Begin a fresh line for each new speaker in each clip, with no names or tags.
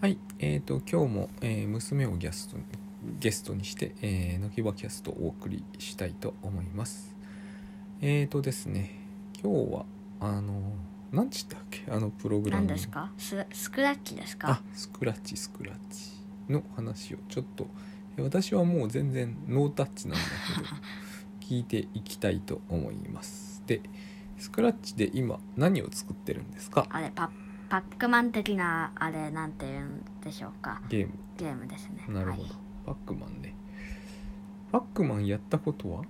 はい、えー、と今日も、えー娘をゲストにゲストにして、えー、のきばキャストをお送りしたいと思います。えーとですね、今日はあのなんちったっけあのプログラム
何
の
ですかススクラッチです
あ
か
スクラッチスクラッチの話をちょっとえ私はもう全然ノータッチなんだ けど聞いていきたいと思います。でスクラッチで今何を作ってるんですか
あれパパックマン的なあれなんて言うんでしょうか
ゲーム
ゲームですね
なるほど、
は、
パックマンねパックマンやったことは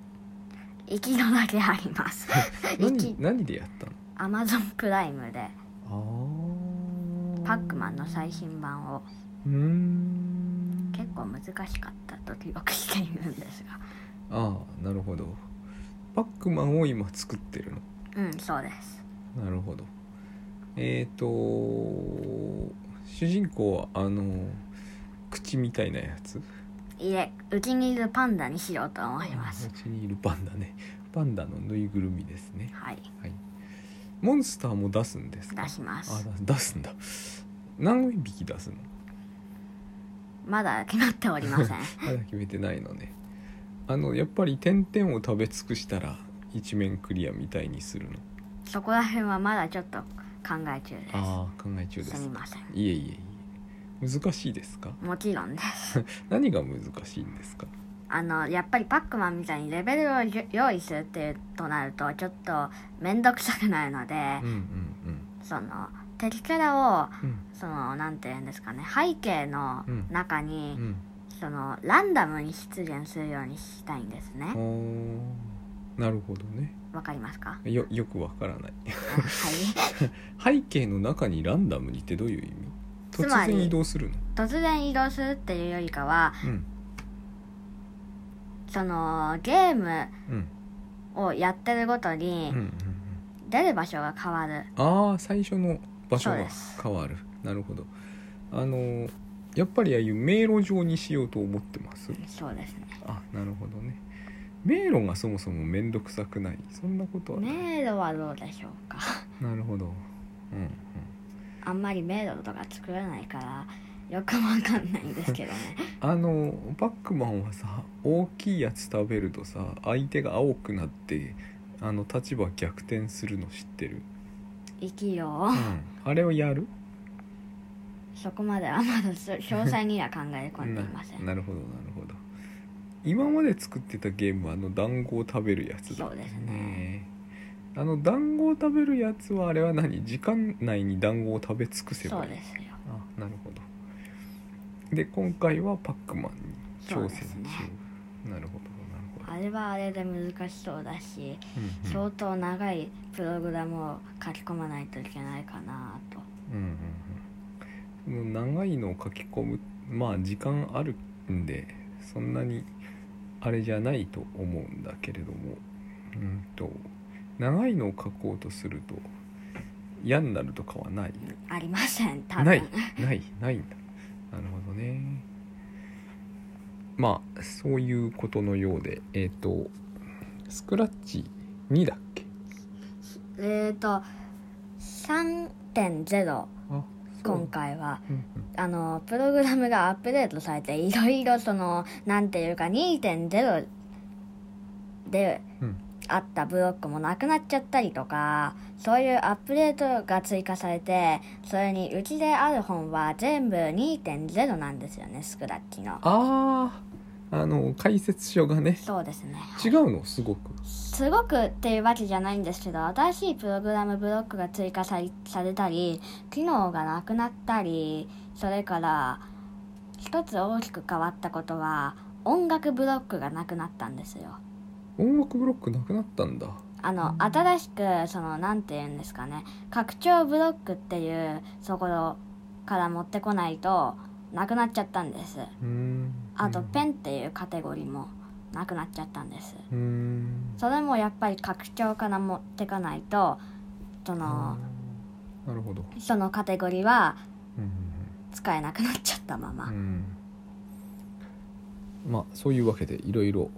い
一度だけあります
何何でやったの
アマゾンプライムで
あー
パックマンの最新版を
うーん
結構難しかったと記憶しているんですが
ああなるほどパックマンを今作ってる
うんそうです
のなるほどえっ、ー、と主人公はあの口みたいなやつ
いえうちにいるパンダにしようと思います
うちにいるパンダねパンダのぬいぐるみですね
はい
モンスターも出すんですか
出しま
あ
す
出すんだ何匹出すの
まだ決まっておりま せん
まだ決めてないのねあのやっぱり点々を食べ尽くしたら一面クリアみたいにするの
そこら辺はまだちょっと考え中です
ああ考え中です
すみ
か
ません
いえいえいえ難しいですか
もちろんです
何が難しいんですか
あのやっぱりパックマンみたいにレベルをじゅ用意するっていうとなるとちょっと面倒くさくなるので、
うんうん
その敵キャラを
うん
そのなんて言うんですかね背景の中に
う、ん
そのランダムに出現するようにしたいんですね
うんあーなるほどね
わかりますか
よよくわからない
はい
背景の中にランダムにってどういう意味
つま
突
り
然移動するの
突然移動するっていうよりかは
うん
そのゲーム
うん
をやってるごと
う
に
んうんうん
出る場所が変わる
ああ最初の場所
そう
が
です
変わるなるほどあのーやっぱりああいう迷路上にしようと思ってます
そうですね
あなるほどね迷路がそもそも面倒くさくないそんなことはない、
迷路はどうでしょうか
なるほどうんうん
あんまり迷路とか作らないからよくわかんないんですけどね
あのバックマンはさ大きいやつ食べるとさ相手が青くなってあの立場逆転するの知ってる、
生きよ
う、
うん
あれをやる
そこまではまだす詳細には考え込んでいません
ななるほどなるほど今まで作ってたゲームはあの団子を食べるやつだ
そうですね
あの団子を食べるやつはあれは何時間内に団子を食べ尽くせ
そ
ば
う
いい
ですよ
あなるほどで今回はパックマンに
そう
挑
で
戦
す
中、
ね
なるほどなるほど
あれはあれで難しそうだし
うんうん
相当長いプログラムを書き込まないといけないかなと
うんうんうん、その長いのを書き込むまあ時間あるんでそんなにあれじゃないと思うんだけれども、うん、と長いのを書こうとすると嫌になるとかはない
ありません多分
ないないないんだなるほどねまあそういうことのようでえっ、とスクラッチ2だっけ
えっ、ー、と3.0
あそう
今回は
うん
あのプログラムがアップデートされていろいろそのなんていうか2.0で
うん
あったブロックもなくなっちゃったりとかそういうアップデートが追加されてそれにうちである本は全部2.0なんですよねスクラッチの
あああの解説書がね
そうですね
違うのすごく
すごくっていうわけじゃないんですけど新しいプログラムブロックが追加されされたり機能がなくなったりそれから一つ大きく変わったことは音楽ブロックがなくなったんですよ。
音楽ブロックなくなったんだ
あの新しくその何て言うんですかね拡張ブロックっていうところから持ってこないとなくなっちゃったんです。
うーん
あとペ
ン
ンっていうカテゴリーもなくなっちゃったんです。
うーん
それもやっぱり拡張から持ってかないとその
なるほど
そのカテゴリーは
うん
使えなくなっちゃったま
うんう
ま
ん、うんまあそういうわけでいろいろ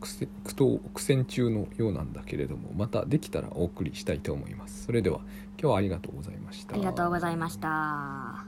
苦戦苦闘苦戦中のようなんだけれどもまたできたらお送りしたいと思いますそれでは今日はありがとうございました
ありがとうございました。